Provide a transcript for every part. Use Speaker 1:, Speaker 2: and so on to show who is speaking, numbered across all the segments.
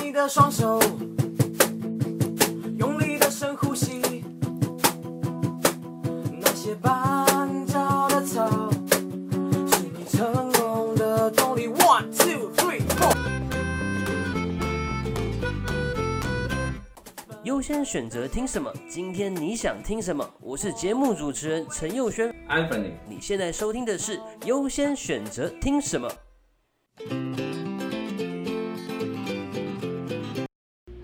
Speaker 1: 你的双手，用力的深呼吸。那些绊脚的草，是你成功的动力。One two three four。
Speaker 2: 优先选择听什么？今天你想听什么？我是节目主持人陈佑轩，
Speaker 3: Anthony，
Speaker 2: 你现在收听的是优先选择听什么。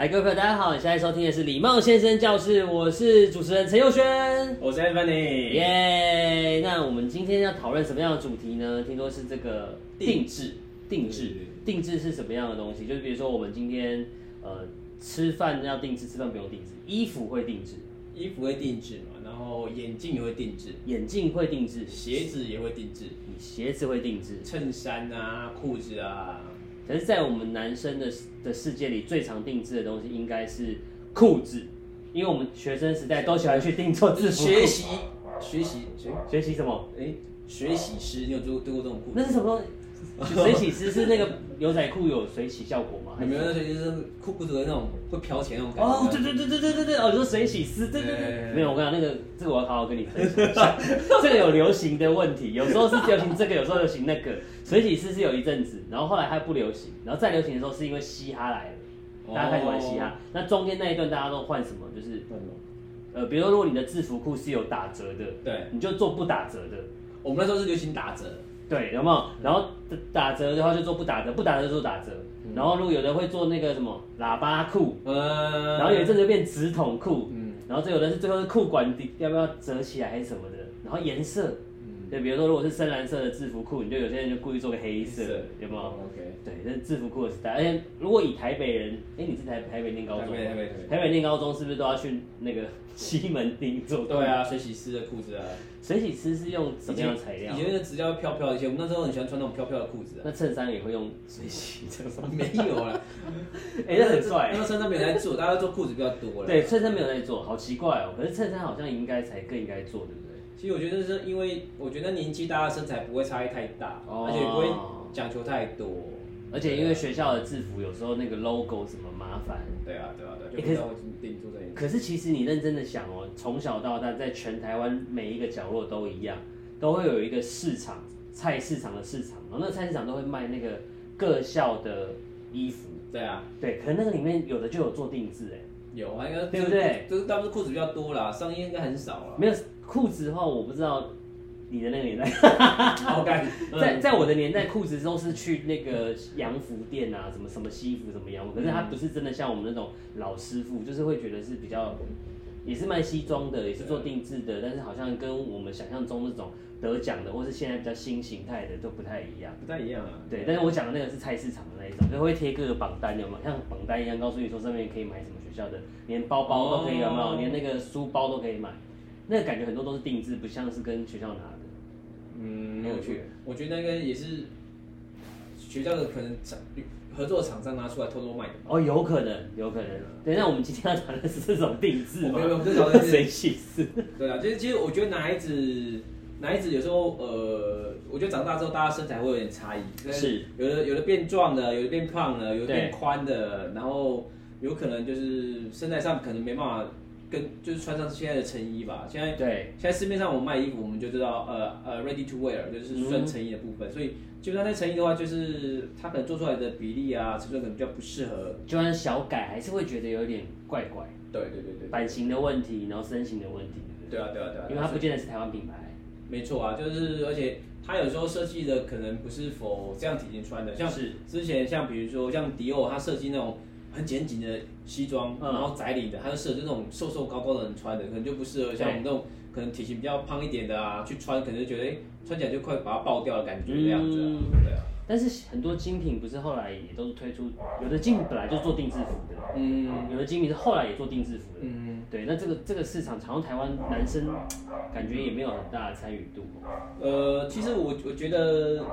Speaker 2: 嗨，各位朋友，大家好！你现在收听的是礼貌先生教室，我是主持人陈佑轩。
Speaker 3: 我是 Anthony。
Speaker 2: 耶那我们今天要讨论什么样的主题呢？听说是这个定制，定制，定制是什么样的东西？就是比如说我们今天呃吃饭要定制，吃饭不用定制，衣服会定制，
Speaker 3: 衣服会定制嘛，然后眼镜也会定制，
Speaker 2: 眼镜会定制，
Speaker 3: 鞋子也会定制，
Speaker 2: 鞋子会定制。
Speaker 3: 衬衫啊、裤子啊，
Speaker 2: 可是，在我们男生的的世界里，最常定制的东西应该是裤子，因为我们学生时代都喜欢去定做制服裤。
Speaker 3: 学习学习学
Speaker 2: 呃 学习什么？
Speaker 3: 哎、学习师，你有做对过这种裤
Speaker 2: 那
Speaker 3: 子？
Speaker 2: 是什么东西？水洗师是那个牛仔裤有水洗效果吗？还
Speaker 3: 你
Speaker 2: 是
Speaker 3: 没有那学习师裤裤子的那种会飘起来那种感觉？
Speaker 2: 哦，对对对对对对对，哦，你说水洗丝，对对对，
Speaker 3: 哎
Speaker 2: 没有，我跟你讲，那个这个我要好好跟你分享一 下，这个有流行的问题，有时候是流行这个，有时候流行那个，水洗丝是有一阵子，然后后来它不流行，然后再流行的时候是因为嘻哈来了，
Speaker 3: 哦
Speaker 2: 大家开始玩啊嘻哈，那中间那一段大家都换什么？就是呃，比如说如果你的制服裤是有打折的，
Speaker 3: 对，
Speaker 2: 你就做不打折的，
Speaker 3: 我们那时候是流行打折，
Speaker 2: 对，有没有？然后打打折的话就做不打折，不打折就做打折，然后如果有的会做那个什么喇叭裤，
Speaker 3: 呃，
Speaker 2: 然后有一阵子就变直筒裤。
Speaker 3: 嗯，
Speaker 2: 然后这有的是最后是裤管底要不要折起来还是什么的，然后颜色，
Speaker 3: 嗯
Speaker 2: 对，比如说如果是深蓝色的制服裤，你就有些人就故意做个黑色，有没有？
Speaker 3: 哦？OK，
Speaker 2: 对，这是制服裤的时代。而且如果以台北人，哎，你是台台北念高
Speaker 3: 台
Speaker 2: 中
Speaker 3: 北台
Speaker 2: 吗，
Speaker 3: 北台北
Speaker 2: 台北念高中是不是都要去那 个西门町做？
Speaker 3: 对，啊，水洗师的裤子啊，
Speaker 2: 水洗丝是用什么样的材料
Speaker 3: 以？前的质料飘飘，以前我们那时候很喜欢穿那种飘飘的裤子啊。
Speaker 2: 那衬衫也会用水洗这样吗？
Speaker 3: 没有啊啦，
Speaker 2: 哎，那很帅
Speaker 3: 那。个衬衫没有在做，大家做裤子比较多了。
Speaker 2: 对，，衬衫没有在做，好奇怪哦。可是衬衫好像应该才更应该做，对不对？
Speaker 3: 其实我觉得是因为我觉得年纪大家身材不会差异太大，
Speaker 2: 哦
Speaker 3: 而且也不会讲求太多。
Speaker 2: 而且因为学校的制服有时候那个 logo 什么麻烦，
Speaker 3: 对啊，对啊，对啊，
Speaker 2: 欸
Speaker 3: 就不知道怎么定做这一
Speaker 2: 可是其实你认真的想哦，从小到大，在全台湾每一个角落都一样，都会有一个市场，菜市场的市场，然后那个菜市场都会卖那个各校的衣服，
Speaker 3: 对啊，
Speaker 2: 对，可能那个里面有的就有做定制，哎，
Speaker 3: 有啊，应该
Speaker 2: 对不对？
Speaker 3: 就是大部分裤子比较多啦，上衣应该很少啦。
Speaker 2: 没有裤子的话，我不知道你的那个年代，
Speaker 3: 好感，
Speaker 2: 在
Speaker 3: 嗯
Speaker 2: 在我的年代，裤子都是去那个洋服店啊，什么什么西服什么洋服，可是
Speaker 3: 嗯
Speaker 2: 它不是真的像我们那种老师傅，就是会觉得是比较，也是卖西装的，也是做定制的，但是好像跟我们想象中那种得奖的或是现在比较新形态的都不太一样。
Speaker 3: 不太一样啊。
Speaker 2: 对，但是我讲的那个是菜市场的那一种，就会贴各个榜单，有没有？像榜单一样告诉你说上面可以买什么学校的，连包包都可以，有没有？
Speaker 3: 哦
Speaker 2: 连那个书包都可以买，那个感觉很多都是定制，不像是跟学校拿的。
Speaker 3: 嗯
Speaker 2: 很有趣。
Speaker 3: 我觉得那个也是学校的可能厂合作厂商拿出来偷偷卖的。
Speaker 2: 哦，有可能，有可能。对，那我们今天要谈的是这种定制
Speaker 3: 我
Speaker 2: 吗？
Speaker 3: 没有，我们是聊的是
Speaker 2: 谁歧视？
Speaker 3: 对啊，就是其实我觉得男孩子，男孩子有时候呃，我觉得长大之后大家身材会有点差异，
Speaker 2: 是
Speaker 3: 有的有的变壮了，有的变胖了，有的
Speaker 2: 对
Speaker 3: 变宽的，然后有可能就是身材上可能没办法跟就是穿上现在的衬衣吧，现在。
Speaker 2: 对，
Speaker 3: 现在市面上我卖衣服，我们就知道，呃呃，ready to wear 就是算
Speaker 2: 嗯
Speaker 3: 成衣的部分，所以基本上在成衣的话，就是它可能做出来的比例啊，尺寸可能比较不适合。
Speaker 2: 就算小改，还是会觉得有点怪怪，
Speaker 3: 对对对对，
Speaker 2: 版型的问题，然后身形的问题，对不
Speaker 3: 对啊对啊对啊
Speaker 2: 对？
Speaker 3: 对啊，
Speaker 2: 因为它不见得是台湾品牌。
Speaker 3: 没错啊，就是而且它有时候设计的可能不是否这样体型穿的，像
Speaker 2: 是
Speaker 3: 之前像比如说像迪奥，它设计那种很简紧的西装，
Speaker 2: 嗯
Speaker 3: 然后窄领的，它就设计那种瘦瘦高高的人穿的，可能就不适合像我们这种可能体型比较胖一点的啊去穿，可能就觉得哎、诶穿起来就快把它爆掉的感觉
Speaker 2: 嗯
Speaker 3: 这样子啊，对啊，
Speaker 2: 但是很多精品不是后来也都是推出，有的精品本来就做定制服的，
Speaker 3: 嗯
Speaker 2: 有的精品是后来也做定制服的。
Speaker 3: 嗯，
Speaker 2: 对，那这个这个市场，常常台湾男生感觉也没有很大的参与度。
Speaker 3: 呃，其实我我觉得，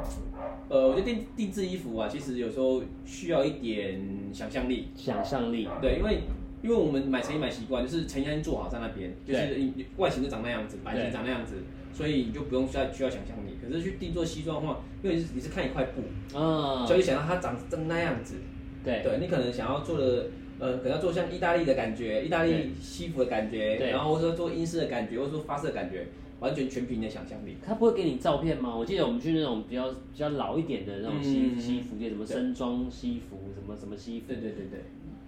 Speaker 3: 呃，我觉得定定制衣服啊，其实有时候需要一点想象力。
Speaker 2: 想象力，
Speaker 3: 对，因为因为我们买成衣买习惯，就是成衣先做好在那边，就是你你外形就长那样子，版型长那样子，所以你就不用需要需要想象力。可是去定做西装的话，因为你是你是看一块布，
Speaker 2: 啊
Speaker 3: 所以想到它长成那样子，
Speaker 2: 对
Speaker 3: 对你可能想要做的，呃，可能要做像意大利的感觉，意大
Speaker 2: 对
Speaker 3: 利西服的感觉，
Speaker 2: 对
Speaker 3: 然后或者说做英式的感觉，或者说法式的感觉，完全全凭你的想象力。
Speaker 2: 他不会给你照片吗？我记得我们去那种比较比较老一点的那种西、
Speaker 3: 嗯
Speaker 2: 西服店，什么
Speaker 3: 对
Speaker 2: 深装西服，什么什么西服
Speaker 3: 对，对对对，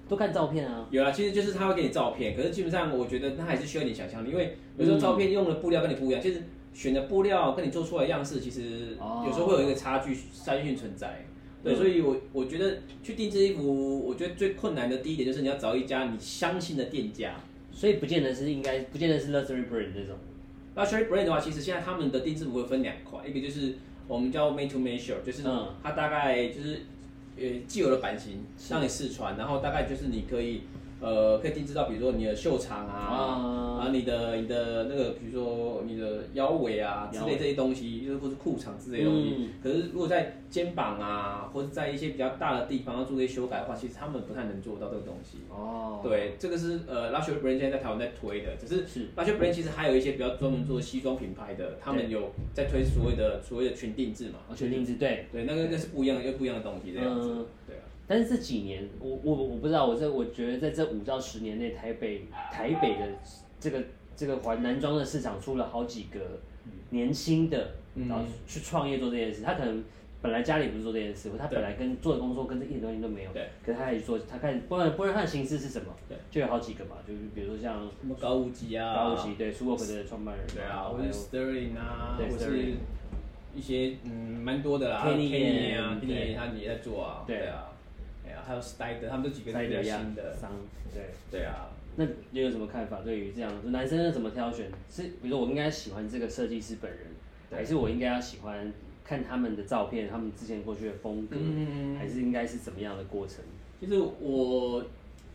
Speaker 2: 都看照片啊。
Speaker 3: 有啦，其实就是他会给你照片，可是基本上我觉得那还是需要你想象力，因为有时候照片用的布料跟你不一样，就是选的布料跟你做出来的样式，其实
Speaker 2: 哦
Speaker 3: 有时候会有一个差距差距存在。对，
Speaker 2: 嗯
Speaker 3: 所以我我觉得去定制衣服，我觉得最困难的第一点就是你要找一家你相信的店家。
Speaker 2: 所以不见得是应该，不见得是 luxury brand 这种。
Speaker 3: 那 s h e r y Brand 的话，其实现在他们的定制服会分两块，一个就是我们叫 Made to Measure，就是
Speaker 2: 嗯
Speaker 3: 它大概就是呃既有的版型让你试穿，然后大概就是你可以呃可以定制到，比如说你的袖长
Speaker 2: 啊
Speaker 3: 啊，啊你的你的那个比如说你的腰围啊之
Speaker 2: 腰围
Speaker 3: 类这些东西，就是或是裤长之类的东西。
Speaker 2: 嗯
Speaker 3: 可是如果在肩膀啊，或是在一些比较大的地方要做一些修改的话，其实他们不太能做到这个东西。
Speaker 2: 哦，
Speaker 3: 对，这个是呃 Luxury Brand 现在在台湾在推的，只是
Speaker 2: 是
Speaker 3: Luxury Brand 其实还有一些比较专门
Speaker 2: 嗯
Speaker 3: 做西装品牌的，他们有在推所谓的所谓的群定制嘛。
Speaker 2: 哦，决定制对。
Speaker 3: 对，那个那是不一样的，又不一样的东西这样子。
Speaker 2: 嗯
Speaker 3: 对啊，
Speaker 2: 但是这几年，我我我不知道，我这我觉得在这五到十年内，台北台北的这个这个环男装的市场出了好几个年轻的，
Speaker 3: 嗯
Speaker 2: 然后去创业做这件事。他可能本来家里不是做这件事，或他
Speaker 3: 对
Speaker 2: 本来跟做的工作跟这一点关系都没有，
Speaker 3: 对，
Speaker 2: 可是他还去做，他看不然不然他的形式是什么，
Speaker 3: 对，
Speaker 2: 就有好几个嘛，就是比如说像
Speaker 3: 什么高无极啊，
Speaker 2: 高级对苏沃克的创办人，
Speaker 3: 对啊，或
Speaker 2: 还
Speaker 3: 是
Speaker 2: 有
Speaker 3: Sterling 啊，
Speaker 2: 对
Speaker 3: 或
Speaker 2: Sterling
Speaker 3: 是一些嗯蛮多的啦
Speaker 2: Kenny
Speaker 3: Kenny 啊
Speaker 2: 对
Speaker 3: ，Kenny 他也在做啊，
Speaker 2: 对
Speaker 3: 对啊，哎呀，还有 Style，他们这几个
Speaker 2: 塞
Speaker 3: 是比较
Speaker 2: 德亚
Speaker 3: 新的，
Speaker 2: 桑对。
Speaker 3: 对啊。
Speaker 2: 那你有什么看法？对于这样，就男生是怎么挑选？是比如说我应该喜欢这个设计师本人，
Speaker 3: 对
Speaker 2: 还是我应该要喜欢看他们的照片，他们之前过去的风格，
Speaker 3: 嗯
Speaker 2: 还是应该是怎么样的过程？
Speaker 3: 其实我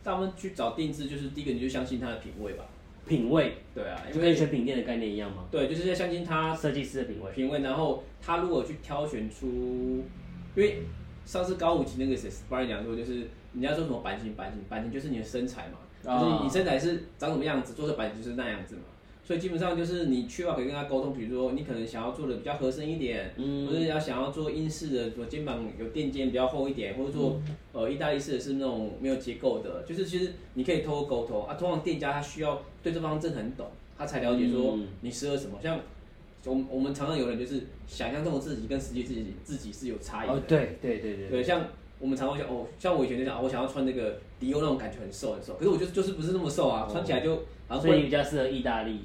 Speaker 3: 大部分去找定制，就是第一个你就相信他的品味吧，
Speaker 2: 品味
Speaker 3: 对啊，
Speaker 2: 就
Speaker 3: 因
Speaker 2: 跟
Speaker 3: 为
Speaker 2: 选品店的概念一样吗？啊
Speaker 3: 对，就是要相信他
Speaker 2: 设计师的品味，
Speaker 3: 品味，然后他如果去挑选出，因为上次高武吉那个谁 s p a r 讲说，就是人家说什么版型，版型，版型就是你的身材嘛，
Speaker 2: 啊
Speaker 3: 就是你身材是长什么样子，做的版型就是那样子嘛。所以基本上就是你去吧，可以跟他沟通，比如说你可能想要做的比较合身一点，
Speaker 2: 嗯
Speaker 3: 或者要想要做英式的，说肩膀有垫肩比较厚一点，或者做、
Speaker 2: 嗯
Speaker 3: 呃意大利式的是那种没有结构的，就是其实你可以透过沟通啊。通常店家他需要对这方面真的很懂，他才了解说
Speaker 2: 嗯
Speaker 3: 你适合什么。像我们我们常常有人就是想象中的自己跟实际自己自己是有差异的。
Speaker 2: 哦，对对对对
Speaker 3: 对，像我们常会想哦，像我以前就想，啊我想要穿那个迪欧那种感觉很瘦很瘦，可是我就是就是不是那么瘦啊，
Speaker 2: 哦
Speaker 3: 穿起来就好像
Speaker 2: 所以你
Speaker 3: 会
Speaker 2: 比较适合意大利，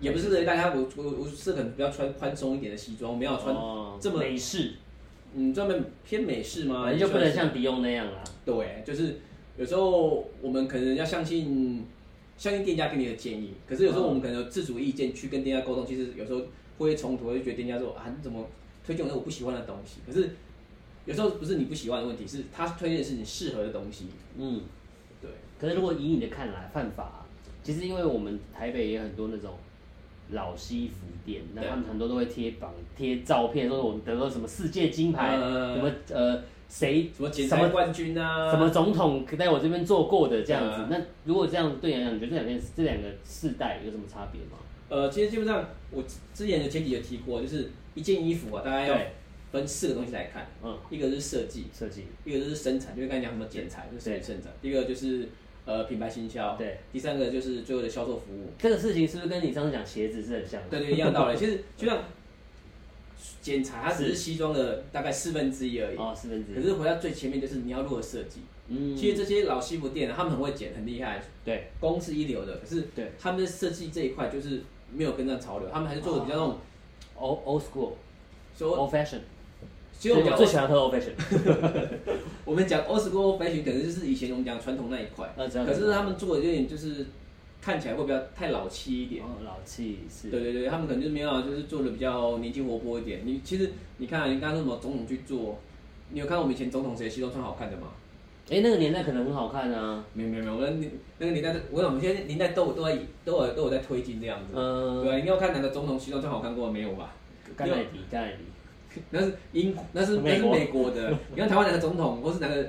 Speaker 3: 也不是大家我我我是可能比较穿宽松一点的西装，我没有穿
Speaker 2: 哦
Speaker 3: 这么
Speaker 2: 美式，
Speaker 3: 嗯专门偏美式吗？
Speaker 2: 反正哦就不能
Speaker 3: 还是
Speaker 2: 像迪用那样啦。
Speaker 3: 对，就是有时候我们可能要相信相信店家给你的建议，可是有时候
Speaker 2: 哦
Speaker 3: 我们可能有自主意见去跟店家沟通，其实有时候会冲突，会觉得店家说啊你怎么推荐我那我不喜欢的东西，可是有时候不是你不喜欢的问题，是他推荐的是你适合的东西，
Speaker 2: 嗯，
Speaker 3: 对。
Speaker 2: 可是如果以你的看来，犯法、其实因为我们台北也有很多那种老西服店，那
Speaker 3: 对
Speaker 2: 他们很多都会贴榜、贴照片，说我们得了什么世界金牌，
Speaker 3: 嗯
Speaker 2: 什么呃谁
Speaker 3: 什么剪
Speaker 2: 什
Speaker 3: 裁
Speaker 2: 么
Speaker 3: 冠军啊，
Speaker 2: 什么总统在我这边做过的这样子。
Speaker 3: 嗯
Speaker 2: 那如果这样对你来讲，你觉得这两件这两个世代有什么差别吗？
Speaker 3: 呃，其实基本上我之之前的前几集有提过，就是一件衣服啊，大概要
Speaker 2: 对
Speaker 3: 分四个东西来看，
Speaker 2: 嗯，
Speaker 3: 一个是设计，
Speaker 2: 设计
Speaker 3: 一个就是生产，就是刚才讲什么剪裁，就是
Speaker 2: 对
Speaker 3: 生产；第一个就是呃品牌行销，
Speaker 2: 对；
Speaker 3: 第三个就是最后的销售服务，
Speaker 2: 这个事情是不是跟你上次讲鞋子是很像的？
Speaker 3: 对对，一样道 理。其实就像剪裁，它只是西装的大概四分之一而已。
Speaker 2: 哦，四分之一。
Speaker 3: 可是回到最前面，就是你要如何设计。
Speaker 2: 嗯，
Speaker 3: 其实这些老西服店啊，他们很会剪，很厉害，
Speaker 2: 对
Speaker 3: 工是一流的。可是
Speaker 2: 对
Speaker 3: 他们在设计这一块就是没有跟上潮流，他们还是做的比较那
Speaker 2: 哦
Speaker 3: 种
Speaker 2: ，old old school，old
Speaker 3: 说，
Speaker 2: fashion。
Speaker 3: 其
Speaker 2: 所以
Speaker 3: 实我
Speaker 2: 我
Speaker 3: 们
Speaker 2: 最
Speaker 3: 讲
Speaker 2: 喜欢喝 old fashion。
Speaker 3: 我们讲 old school fashion，可能就是以前我们讲传统那一块，
Speaker 2: 那啊这样
Speaker 3: 可是他们做的有点就是看起来会比较太老气一 点。
Speaker 2: 哦，老气是。
Speaker 3: 对对对，他们可能就是没有办法就是做的比较年轻活泼一点。你其实你看啊，你刚刚说什么总统去做，你有看到我们以前总统谁的西装穿好看的吗？
Speaker 2: 哎、那个年代可能很好看啊。
Speaker 3: 没有没有没有，我们那那个年代，我想我们现在年代都都在都有都有在推进这样子。
Speaker 2: 嗯、
Speaker 3: 对啊，你有看哪个总统西装穿好看过没有吧？
Speaker 2: 甘乃迪，甘乃迪，
Speaker 3: 那是英，那是那
Speaker 2: 美
Speaker 3: 是
Speaker 2: 国
Speaker 3: 美国的。 你看台湾哪个总统，或是哪个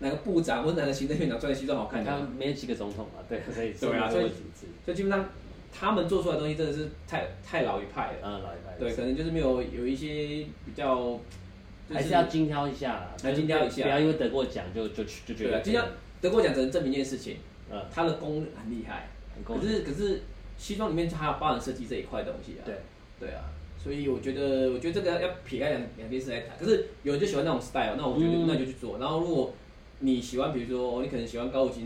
Speaker 3: 哪个部长，或是哪个行政院长穿的西装好看
Speaker 2: 看
Speaker 3: 的
Speaker 2: 他
Speaker 3: 吗？
Speaker 2: 没有几个总统嘛，对，所以
Speaker 3: 对啊
Speaker 2: 这个问题是，
Speaker 3: 所以基本上他们做出来的东西真的是太太老一派了。
Speaker 2: 嗯，老一派的
Speaker 3: 对，可能就是没有有一些比较就是
Speaker 2: 还是要精挑一下啦，
Speaker 3: 要精挑一下
Speaker 2: 不要因为得过奖就就就觉
Speaker 3: 对啊，
Speaker 2: 得哎
Speaker 3: 就像德国奖只能证明一件事情，
Speaker 2: 嗯，
Speaker 3: 他的功很厉害，
Speaker 2: 很够
Speaker 3: 可是可是西装里面还有包含设计这一块东西啊。
Speaker 2: 对，
Speaker 3: 对啊，所以我觉得我觉得这个要撇开两两件事来谈。可是有人就喜欢那种 style，那我觉得
Speaker 2: 嗯
Speaker 3: 那你就去做。然后如果你喜欢，比如说哦你可能喜欢高级，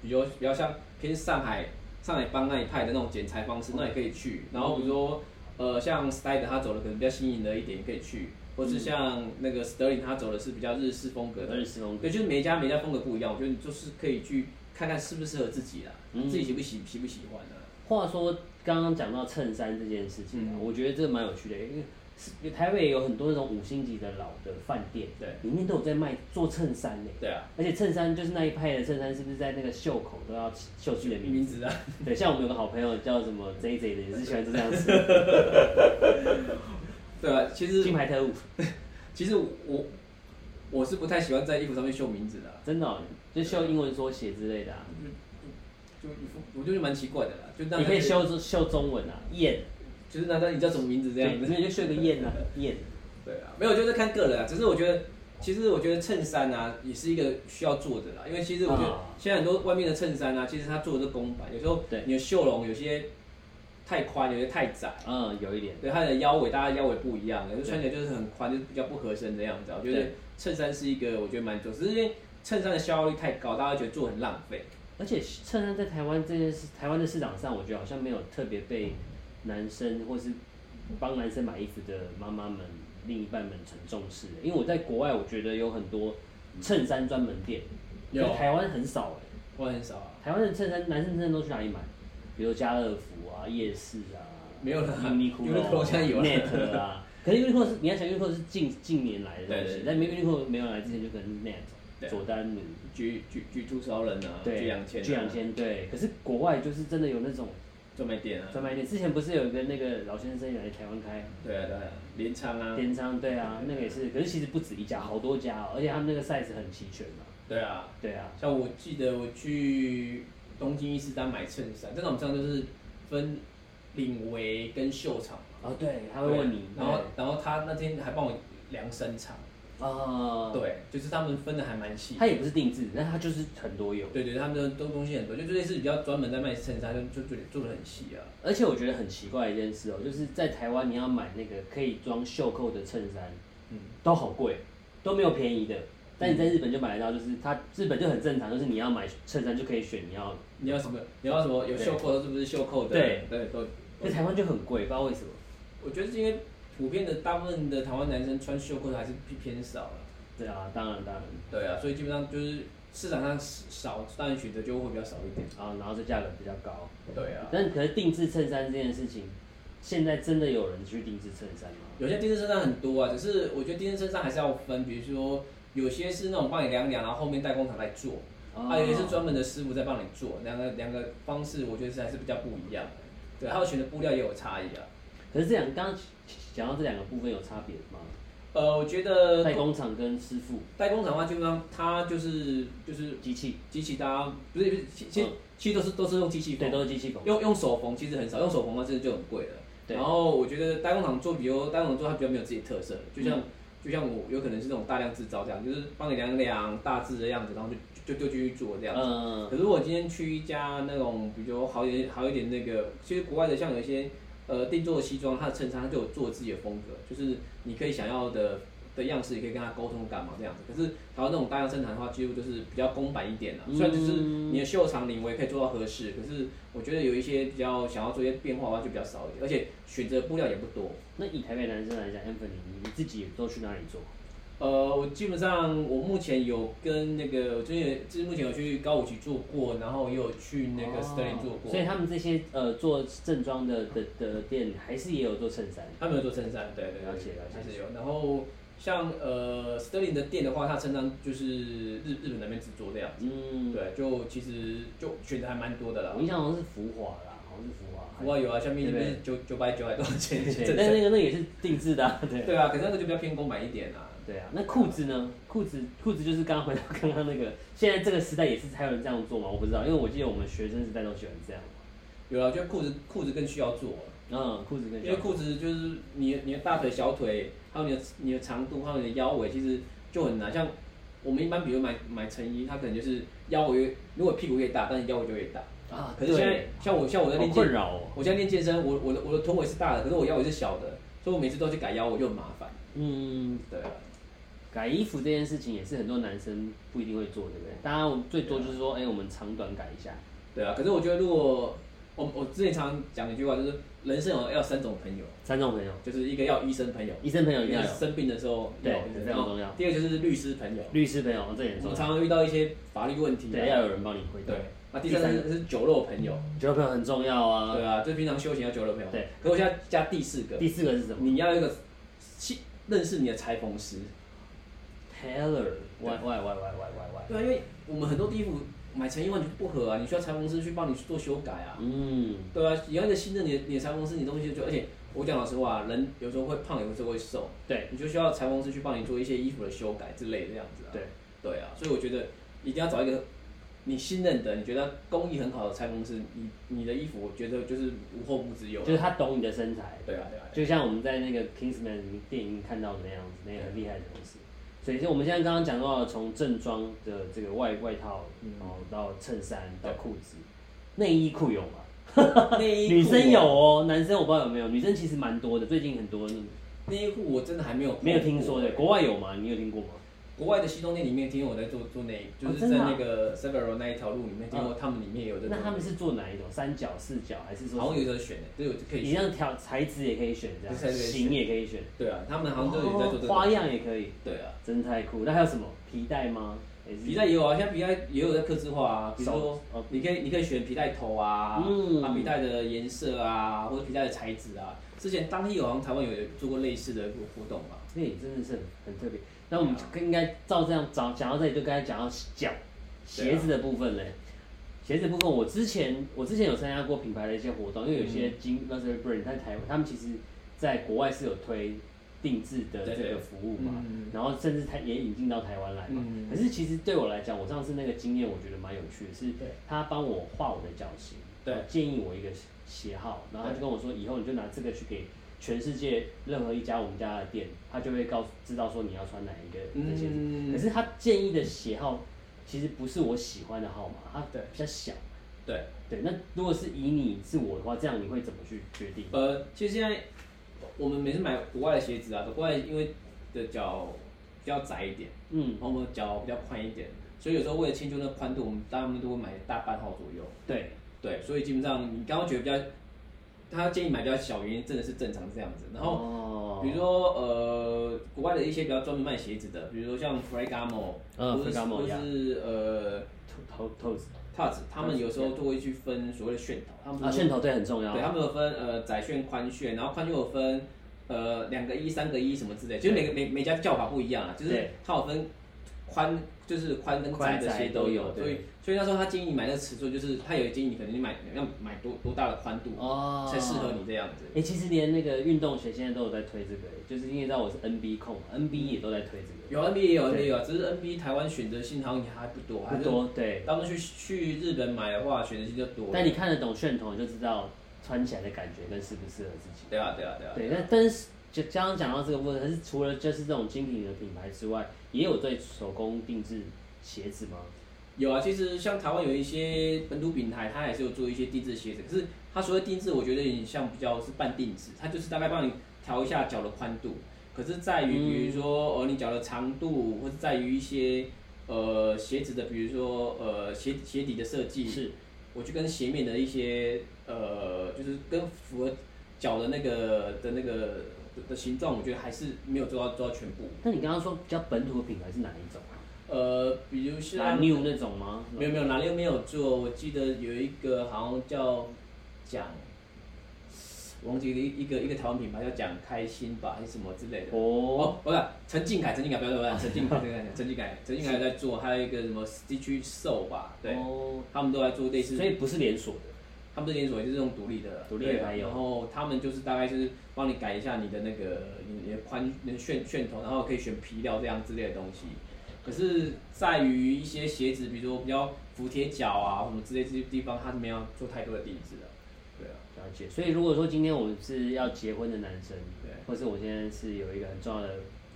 Speaker 3: 比如比较像偏上海上海帮那一派的那种剪裁
Speaker 2: 嗯
Speaker 3: 方式，那也可以去。然后比如说呃像 style 他走的可能比较新颖的一点，也可以去。或是像那个 Sterling，他走的是比较日式风格的，
Speaker 2: 日式风格
Speaker 3: 对，就是每一家每一家风格不一样，我觉得你就是可以去看看适不适合自己啦，
Speaker 2: 嗯
Speaker 3: 自己喜不喜喜不喜欢啊。
Speaker 2: 话说刚刚讲到衬衫这件事情啊，
Speaker 3: 嗯
Speaker 2: 我觉得这蛮有趣的，因为是因为台北有很多那种五星级的老的饭店，
Speaker 3: 对
Speaker 2: 里面都有在卖做衬衫呢。
Speaker 3: 对啊，
Speaker 2: 而且衬衫就是那一派的衬衫，是不是在那个袖口都要绣自己的名
Speaker 3: 名
Speaker 2: 字？
Speaker 3: 字啊，
Speaker 2: 对，像我们有个好朋友叫什么 J J 的，也是喜欢这样子，
Speaker 3: 对啊，其实
Speaker 2: 金牌特务，
Speaker 3: 其实我我是不太喜欢在衣服上面绣名字的啊、
Speaker 2: 真的哦、就绣英文缩写之类的、啊。
Speaker 3: 就衣服我就是蛮奇怪的啦，就那
Speaker 2: 你可以，绣绣中文啊，燕，
Speaker 3: 就是那那你叫什么名字这
Speaker 2: 对，
Speaker 3: 样
Speaker 2: 你
Speaker 3: 子？
Speaker 2: 就绣个燕 啊，燕。
Speaker 3: 对啊，没有，就是看个人啊。只是我觉得，其实我觉得衬衫啊，也是一个需要做的啦，因为其实我觉得
Speaker 2: 啊
Speaker 3: 现在很多外面的衬衫啊，其实它做的是公版，有时候
Speaker 2: 对
Speaker 3: 你的袖笼有些太宽，有些太窄。
Speaker 2: 嗯，有一点。
Speaker 3: 对它的腰围，大家腰围不一样，就穿起来就是很宽，就是比较不合身的样子啊。我觉得
Speaker 2: 对
Speaker 3: 衬衫是一个，我觉得蛮重要，只是因为衬衫的消耗率太高，大家觉得做很浪费。
Speaker 2: 而且衬衫在台湾这件事，台湾的市场上，我觉得好像没有特别被男生或是帮男生买衣服的妈妈们、另一半们很重视。因为我在国外，我觉得有很多衬衫专门店，
Speaker 3: 有
Speaker 2: 可是台湾很少哎、
Speaker 3: 我很少啊，
Speaker 2: 台湾的衬衫，男生衬衫都去哪里买？比如家乐福啊、夜市啊，
Speaker 3: 没有啦
Speaker 2: Uniqlo
Speaker 3: Uniqlo 现在有了
Speaker 2: Net 啊。可是 Uniqlo 是你要想 Uniqlo 是近近年来的东
Speaker 3: 对
Speaker 2: 西
Speaker 3: 对，对
Speaker 2: 但没 Uniqlo 没有来之前就可能
Speaker 3: 对
Speaker 2: Net、
Speaker 3: 啊
Speaker 2: 佐丹奴、
Speaker 3: 举举举出烧人啊，
Speaker 2: 对，
Speaker 3: 举两千，
Speaker 2: 巨两，千，对。可是国外就是真的有那种
Speaker 3: 专卖店啊，
Speaker 2: 专卖店，之前不是有一个那个老先生也来台湾开
Speaker 3: 对啊对啊，镰仓啊，
Speaker 2: 电商，对啊，那个也是。可是其实不止一家，好多家、哦，而且他们那个 size 很齐全嘛。
Speaker 3: 对啊，
Speaker 2: 对啊，
Speaker 3: 像我记得我去东京伊势丹买衬衫，但那种衬衫就是分领围跟袖长嘛，
Speaker 2: 哦对，他会问你，
Speaker 3: 然后然后他那天还帮我量身长，
Speaker 2: 对啊，
Speaker 3: 对，就是他们分的还蛮细
Speaker 2: 他。也不是定制，但他就是很多有。
Speaker 3: 对对，他们的东东西很多，就这类是比较专门在卖衬衫，就就做做的很细啊。
Speaker 2: 而且我觉得很奇怪的一件事哦，就是在台湾你要买那个可以装袖扣的衬衫，
Speaker 3: 嗯
Speaker 2: 都好贵，都没有便宜的。但你在日本就买得到，就是它日本就很正常，就是你要买衬衫就可以选你要，
Speaker 3: 你要什么？你要什么？有袖扣的，是不是袖扣的？
Speaker 2: 对
Speaker 3: 对，都
Speaker 2: 在台湾就很贵，不知道为什么。
Speaker 3: 我觉得是因为普遍的大部分的台湾男生穿袖扣的还是偏偏少了。
Speaker 2: 对啊，当然当然
Speaker 3: 对啊，所以基本上就是市场上少，当然选择就会比较少一点。
Speaker 2: 啊，然后这价格比较高。
Speaker 3: 嗯对啊，
Speaker 2: 但可是定制衬衫这件事情，现在真的有人去定制衬衫吗？
Speaker 3: 有些定制衬衫很多啊，只是我觉得定制衬衫还是要分，比如说有些是那种帮你量量，然后后面代工厂来做，
Speaker 2: 哦
Speaker 3: 还有一些啊是专门的师傅在帮你做，两个两个方式我觉得是还是比较不一样的。对，还有选的布料也有差异啊。
Speaker 2: 可是这两刚刚讲到这两个部分有差别吗？
Speaker 3: 呃，我觉得
Speaker 2: 代工厂跟师傅
Speaker 3: 代工厂的话，基本上它就是就是
Speaker 2: 机器，
Speaker 3: 机器，大家不是不是，其其实
Speaker 2: 嗯
Speaker 3: 其实都是都是用机器
Speaker 2: 对，
Speaker 3: 缝，
Speaker 2: 都是机器缝。
Speaker 3: 用用手缝其实很少，用手缝的话真的就很贵了。
Speaker 2: 对
Speaker 3: 然后我觉得代工厂做，比如代工厂做它比较没有自己特色，就像、就像我有可能是这种大量制造这样，就是帮你量一量大致的样子，然后就就就就继续做这样子。
Speaker 2: 嗯，
Speaker 3: 可是我今天去一家那种比较好一点好一点那个，其实国外的像有一些呃定做的西装，它的衬衫它就有做自己的风格，就是你可以想要的的样式，也可以跟他沟通干嘛这样子。可是台湾那种大量生产的话，几乎就是比较公版一点啦，
Speaker 2: 嗯
Speaker 3: 虽然就是你的袖长领围可以做到合适，可是我觉得有一些比较想要做一些变化的话就比较少一点，而且选择布料也不多。
Speaker 2: 那以台北男生来讲，Anthony，你自己都去哪里做？
Speaker 3: 呃，我基本上我目前有跟那个，我之前之目前有去高武旗做过，然后也有去那个
Speaker 2: 哦
Speaker 3: Sterling 做过。
Speaker 2: 所以他们这些呃做正装的的的店，还是也有做衬衫。
Speaker 3: 他们有做衬衫，对对对，
Speaker 2: 了解了解
Speaker 3: 还是有。然后像呃 Sterling 的店的话，它衬衫就是日日本那边制作的样子，
Speaker 2: 嗯，
Speaker 3: 对，就其实就选择还蛮多的啦
Speaker 2: 我。印象好像是浮华啦，好像是浮华。
Speaker 3: 不过有啊，下面那
Speaker 2: 对
Speaker 3: 边九九百九百啊多钱，
Speaker 2: 对，但是那个那也是定制的、啊，对。
Speaker 3: 对啊，可是那个就比较偏公版一点啊。
Speaker 2: 对啊，那裤子呢？裤子裤子就是刚刚回到刚刚那个，现在这个时代也是还有人这样做吗？我不知道，因为我记得我们学生时代都喜欢这样。
Speaker 3: 有啊，就裤子裤子更需要做，
Speaker 2: 嗯，裤子跟
Speaker 3: 因为裤子就是你你的大腿小腿还有你的你的长度，还有你的腰围，其实就很难。像我们一般，比如买买成衣，它可能就是腰围越，如果屁股越大，但你腰围就越大。
Speaker 2: 啊
Speaker 3: 可是现在像我像我在
Speaker 2: 好
Speaker 3: 练
Speaker 2: 困
Speaker 3: 健，
Speaker 2: 扰哦。
Speaker 3: 我现在练健身，我我的我的臀围是大的，可是我腰围是小的，所以我每次都去改腰围就很麻烦。
Speaker 2: 嗯，
Speaker 3: 对啊，
Speaker 2: 改衣服这件事情也是很多男生不一定会做，对不对？当然，我们最多就是说，哎、
Speaker 3: 啊
Speaker 2: 我们长短改一下。
Speaker 3: 对啊。可是我觉得，如果我我之前常讲一句话，就是人生有要三种朋友，
Speaker 2: 三种朋友，
Speaker 3: 就是一个要医生朋友，
Speaker 2: 医生朋友一定
Speaker 3: 因
Speaker 2: 要
Speaker 3: 为
Speaker 2: 有，
Speaker 3: 生病的时候
Speaker 2: 对
Speaker 3: 要有医生
Speaker 2: 非常重要
Speaker 3: 然后第二个就是律师朋友，
Speaker 2: 律师朋友，哦这也很
Speaker 3: 我
Speaker 2: 重要。
Speaker 3: 们常常遇到一些法律问题、啊，
Speaker 2: 对，要有人帮你回答
Speaker 3: 对。。那第三个是酒肉朋友，
Speaker 2: 酒肉朋友很重要啊。
Speaker 3: 对啊，就是平常修行要酒肉朋友。
Speaker 2: 对，
Speaker 3: 可我现在加第四个，
Speaker 2: 第四个是什么
Speaker 3: 你要有一个系认识你的裁缝师。
Speaker 2: ？Taylor，喂喂喂喂喂喂喂。
Speaker 3: 对啊，因为我们很多衣服买成衣万全不合啊，你需要裁缝师去帮你做修改啊。
Speaker 2: 嗯，
Speaker 3: 对啊，你要一个信任你的你的裁缝师，你东西就而且我讲老实话，人有时候会胖，有时候会瘦，
Speaker 2: 对
Speaker 3: 你就需要裁缝师去帮你做一些衣服的修改之类的这样子啊。
Speaker 2: 对，
Speaker 3: 对啊，所以我觉得一定要找一个你信任的，你觉得工艺很好的裁缝师，你你的衣服我觉得就是无后顾之忧啊。
Speaker 2: 就是他懂你的身材，
Speaker 3: 对啊，对啊，
Speaker 2: 就像我们在那个 Kingsman 电影看到的那样子，那个很厉害的东西。所以，我们现在刚刚讲到了从正装的这个外外套，
Speaker 3: 嗯
Speaker 2: 然后到衬衫到裤子，内衣裤有吗？
Speaker 3: 内衣裤
Speaker 2: 女生有哦，男生我不知道有没有，女生其实蛮多的，最近很多
Speaker 3: 内衣裤，我真的还没有
Speaker 2: 没有听说的，国
Speaker 3: 国
Speaker 2: 外有吗？你有听过吗？
Speaker 3: 国外的西装店里面听我在做做内衣，就
Speaker 2: 哦
Speaker 3: 是
Speaker 2: 真的
Speaker 3: 在
Speaker 2: 啊嗯
Speaker 3: 那个 Severo 那一条路里面听过，他们里面有的。
Speaker 2: 那他们是做哪一种？三角、四角，还是
Speaker 3: 好
Speaker 2: 说
Speaker 3: 像有的选的，都有可以
Speaker 2: 一
Speaker 3: 选。
Speaker 2: 样条材质也可以选，这
Speaker 3: 材
Speaker 2: 样
Speaker 3: 质可以选
Speaker 2: 型也可以选，
Speaker 3: 对啊，他们好像都有在做这
Speaker 2: 哦
Speaker 3: 个
Speaker 2: 花。样也可以，
Speaker 3: 对啊，
Speaker 2: 真太酷。那还有什么皮带吗？也是
Speaker 3: 皮带也有啊，现在皮带也有在刻字化啊，比如说
Speaker 2: 手哦
Speaker 3: 你可以你可以选皮带头啊，
Speaker 2: 嗯
Speaker 3: 啊皮带的颜色啊，或者皮带的材质啊。之前当地有好像台湾有做过类似的活动吧？
Speaker 2: 那哦也真的是很很特别。那我们就
Speaker 3: 啊
Speaker 2: 应该照这样讲，讲到这里就刚才讲到脚鞋子的部分嘞。鞋子部分，我之前我之前有参加过品牌的一些活动，
Speaker 3: 嗯
Speaker 2: 因为有些金 luxury brand 在台湾，他们其实在国外是有推定制的
Speaker 3: 对
Speaker 2: 这
Speaker 3: 对
Speaker 2: 个服务嘛
Speaker 3: 嗯嗯嗯，
Speaker 2: 然后甚至它也引进到台湾来嘛
Speaker 3: 嗯嗯。
Speaker 2: 可是其实对我来讲，我上次那个经验我觉得蛮有趣的，是
Speaker 3: 对
Speaker 2: 他帮我画我的脚型，
Speaker 3: 对
Speaker 2: 建议我一个鞋号，然后他就跟我说，以后你就拿这个去给全世界任何一家我们家的店，他就会告诉知道说你要穿哪一个这些。
Speaker 3: 嗯
Speaker 2: 可是他建议的鞋号其实不是我喜欢的号码，它
Speaker 3: 对
Speaker 2: 比较小。
Speaker 3: 对，
Speaker 2: 对，那如果是以你是我的话，这样你会怎么去决定？
Speaker 3: 呃，其实现在我们每次买国外的鞋子啊，国外因为的脚比较窄一点，
Speaker 2: 嗯
Speaker 3: 然，后我们脚比较宽一点，所以有时候为了庆祝那个宽度，我们大部分都会买大半号左右。
Speaker 2: 对，
Speaker 3: 对，所以基本上你刚刚觉得比较，他建议买比较小，原因真的是正常这样子。然后
Speaker 2: 后
Speaker 3: 比如说呃，国外的一些比较专门卖鞋子的，比如说像 Ferragamo，
Speaker 2: 嗯
Speaker 3: 或是
Speaker 2: Ferragamo，
Speaker 3: 或
Speaker 2: yeah
Speaker 3: 是呃
Speaker 2: 头头
Speaker 3: Taz，他们有时候都会去分所谓的楦头，他们
Speaker 2: 啊，
Speaker 3: 说
Speaker 2: 楦头对很重要
Speaker 3: 对，。他们有分呃窄楦、宽楦，然后宽楦有分呃两个一、三个一什么之类，就是每个每每家叫法不一样啊，就是
Speaker 2: 对
Speaker 3: 它有分宽，就是宽跟窄
Speaker 2: 宽
Speaker 3: 的
Speaker 2: 窄
Speaker 3: 鞋
Speaker 2: 都
Speaker 3: 都
Speaker 2: 有
Speaker 3: 有，
Speaker 2: 对
Speaker 3: 所以所以那时候他建议你买那个尺寸，就是他有建议你可能你买要买多多大的宽度
Speaker 2: 哦
Speaker 3: 才适合你这样子。
Speaker 2: 哎、其实连那个运动鞋现在都有在推这个，就是因为知道我是 NB 控，NB 也都在推这个，
Speaker 3: 有 NBA 也有
Speaker 2: 对
Speaker 3: NBA 也有，啊只是 NBA 台湾选择性好像也还不多，还
Speaker 2: 不
Speaker 3: 是。
Speaker 2: 多对。
Speaker 3: 当时去去日本买的话，选择性就多了。
Speaker 2: 但你看得懂楦头，你就知道穿起来的感觉跟适不适合自己。
Speaker 3: 对啊对啊对啊，
Speaker 2: 对，那但是就刚刚讲到这个部分，可是除了就是这种精品的品牌之外，也有对手工定制鞋子吗？
Speaker 3: 有啊，其实像台湾有一些本土品牌，它也是有做一些定制鞋子，可是它所谓定制，我觉得有点像比较是半定制，它就是大概帮你调一下脚的宽度，可是在于比如说呃你脚的长度，或是在于一些呃鞋子的，比如说呃鞋鞋底的设计，
Speaker 2: 是
Speaker 3: 我去跟鞋面的一些呃就是跟符合脚的那个的那个的的形状，我觉得还是没有做到做到全部。
Speaker 2: 那你刚刚说比较本土的品牌是哪一种啊？
Speaker 3: 呃，比如
Speaker 2: 拉
Speaker 3: 像
Speaker 2: New 那种吗？
Speaker 3: 没有没有，哪里又没有做？我记得有一个好像叫讲，我忘记了一一个一个台湾品牌叫讲开心吧，还是什么之类的。
Speaker 2: 哦，
Speaker 3: 哦，不是陈静凯，陈静凯，不要不要，陈静凯，陈静凯，陈静凯在做，还有一个什么地区售吧，对，
Speaker 2: 哦，
Speaker 3: 他们都在做类似，
Speaker 2: 所以不是连锁的，
Speaker 3: 他们的连锁也是这种独立的，
Speaker 2: 独立的
Speaker 3: 对
Speaker 2: 牌友
Speaker 3: 然后他们就是大概就是帮你改一下你的那个你你的宽你的楦楦头，然后可以选皮料这样之类的东西。可是在于一些鞋子，比如说比较服帖脚啊什么之类这些地方，它没有做太多的定制的。对啊，
Speaker 2: 了解。所以如果说今天我们是要结婚的男生，
Speaker 3: 对
Speaker 2: 或是我现在是有一个很重要的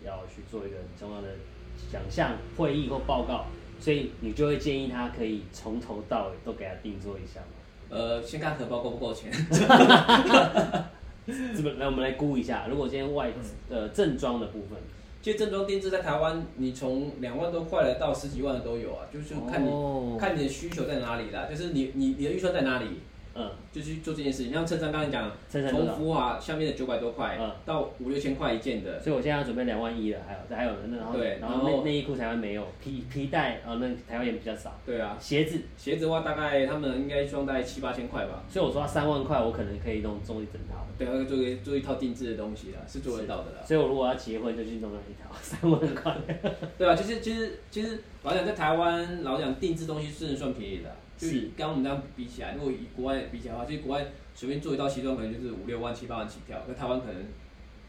Speaker 2: 要去做一个很重要的奖项会议或报告，所以你就会建议他可以从头到尾都给他定做一下吗？
Speaker 3: 呃，先看荷包够不够钱。
Speaker 2: 怎么？来，我们来估一下，如果今天外呃正装的部分，
Speaker 3: 其实正装定制在台湾，你从两万多块的到十几万的都有啊，就是看你、
Speaker 2: 哦
Speaker 3: 看你的需求在哪里啦，就是你你你的预算在哪里，
Speaker 2: 嗯，
Speaker 3: 就去做这件事情。像衬衫刚才讲，
Speaker 2: 衬衫多
Speaker 3: 从
Speaker 2: 少
Speaker 3: 福华下面的九百多块、
Speaker 2: 嗯
Speaker 3: 到五六千块一件的，
Speaker 2: 所以我现在要准备两万一了，还有还有那然后
Speaker 3: 对
Speaker 2: 然
Speaker 3: 然
Speaker 2: 后
Speaker 3: 后
Speaker 2: 内内衣裤台湾没有，皮皮带啊、哦那台湾也比较少，
Speaker 3: 对啊，
Speaker 2: 鞋子，
Speaker 3: 鞋子的话大概他们应该一双大概七八千块吧，
Speaker 2: 所以我说三万块我可能可以弄做一整套。
Speaker 3: 对啊，做一做一套定制的东西啦，是做得到的啦。
Speaker 2: 所以我如果要结婚，就去弄那一套 三万块。
Speaker 3: 对啊，其实其实其实老实讲在台湾老实讲定制东西真的算便宜的啊、就是以刚刚我们这样比起来，如果以国外比起来的话，就是国外随便做一套西装可能就是五六万七八万起跳，那台湾可能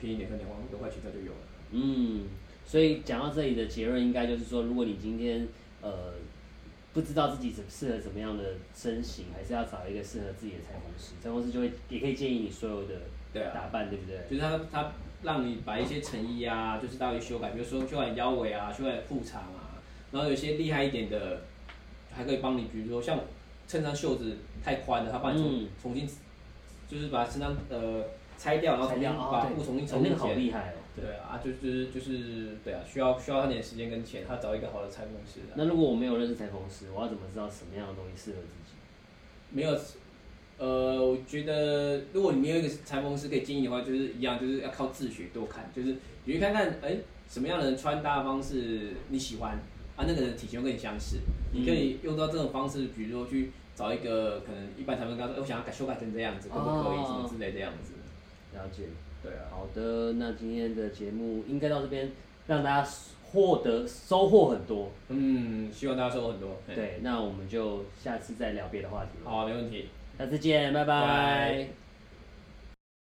Speaker 3: 便宜一点，可能两万多块起跳就有了。
Speaker 2: 嗯，所以讲到这里的结论应该就是说，如果你今天呃不知道自己适合什么样的身形，还是要找一个适合自己的裁缝师，裁缝师就会也可以建议你所有的
Speaker 3: 对啊
Speaker 2: 打扮，对不对？
Speaker 3: 就是他他让你把一些成衣啊，就是大于修改，比如说修改腰围啊，修改裤长啊，然后有些厉害一点的，还可以帮你，比如说像衬衫袖子太宽了，他帮你重、
Speaker 2: 嗯
Speaker 3: 重新，就是把衬衫呃拆掉，然后
Speaker 2: 材
Speaker 3: 重新
Speaker 2: 料
Speaker 3: 把
Speaker 2: 哦，
Speaker 3: 布重
Speaker 2: 对，
Speaker 3: 新
Speaker 2: 哦
Speaker 3: 重
Speaker 2: 那
Speaker 3: 新
Speaker 2: 个好
Speaker 3: 剪。
Speaker 2: 厉害哦。
Speaker 3: 对啊，就就是就是对啊，需要需要他点时间跟钱，他找一个好的裁缝师啊。
Speaker 2: 那如果我没有认识裁缝师，我要怎么知道什么样的东西适合自己？
Speaker 3: 没有，呃，我觉得如果你没有一个裁缝师可以建议的话，就是一样，就是要靠自学多看，就是你去看看，哎、什么样的人穿搭方式你喜欢啊，那个人体型又跟你相似，你可以用到这种方式，比如说去找一个可能一般裁缝刚说，哎、我想要改修改成这样子，可不可以，
Speaker 2: 哦
Speaker 3: 什么之类这样子，
Speaker 2: 了解。
Speaker 3: 对啊。
Speaker 2: 好的，那今天的节目应该到这边，让大家获得收获很多。
Speaker 3: 嗯，希望大家收获很多。嘿，
Speaker 2: 对，那我们就下次再聊别的话题了。
Speaker 3: 好，没问题。
Speaker 2: 下次见，拜
Speaker 3: 拜
Speaker 2: 拜
Speaker 3: 拜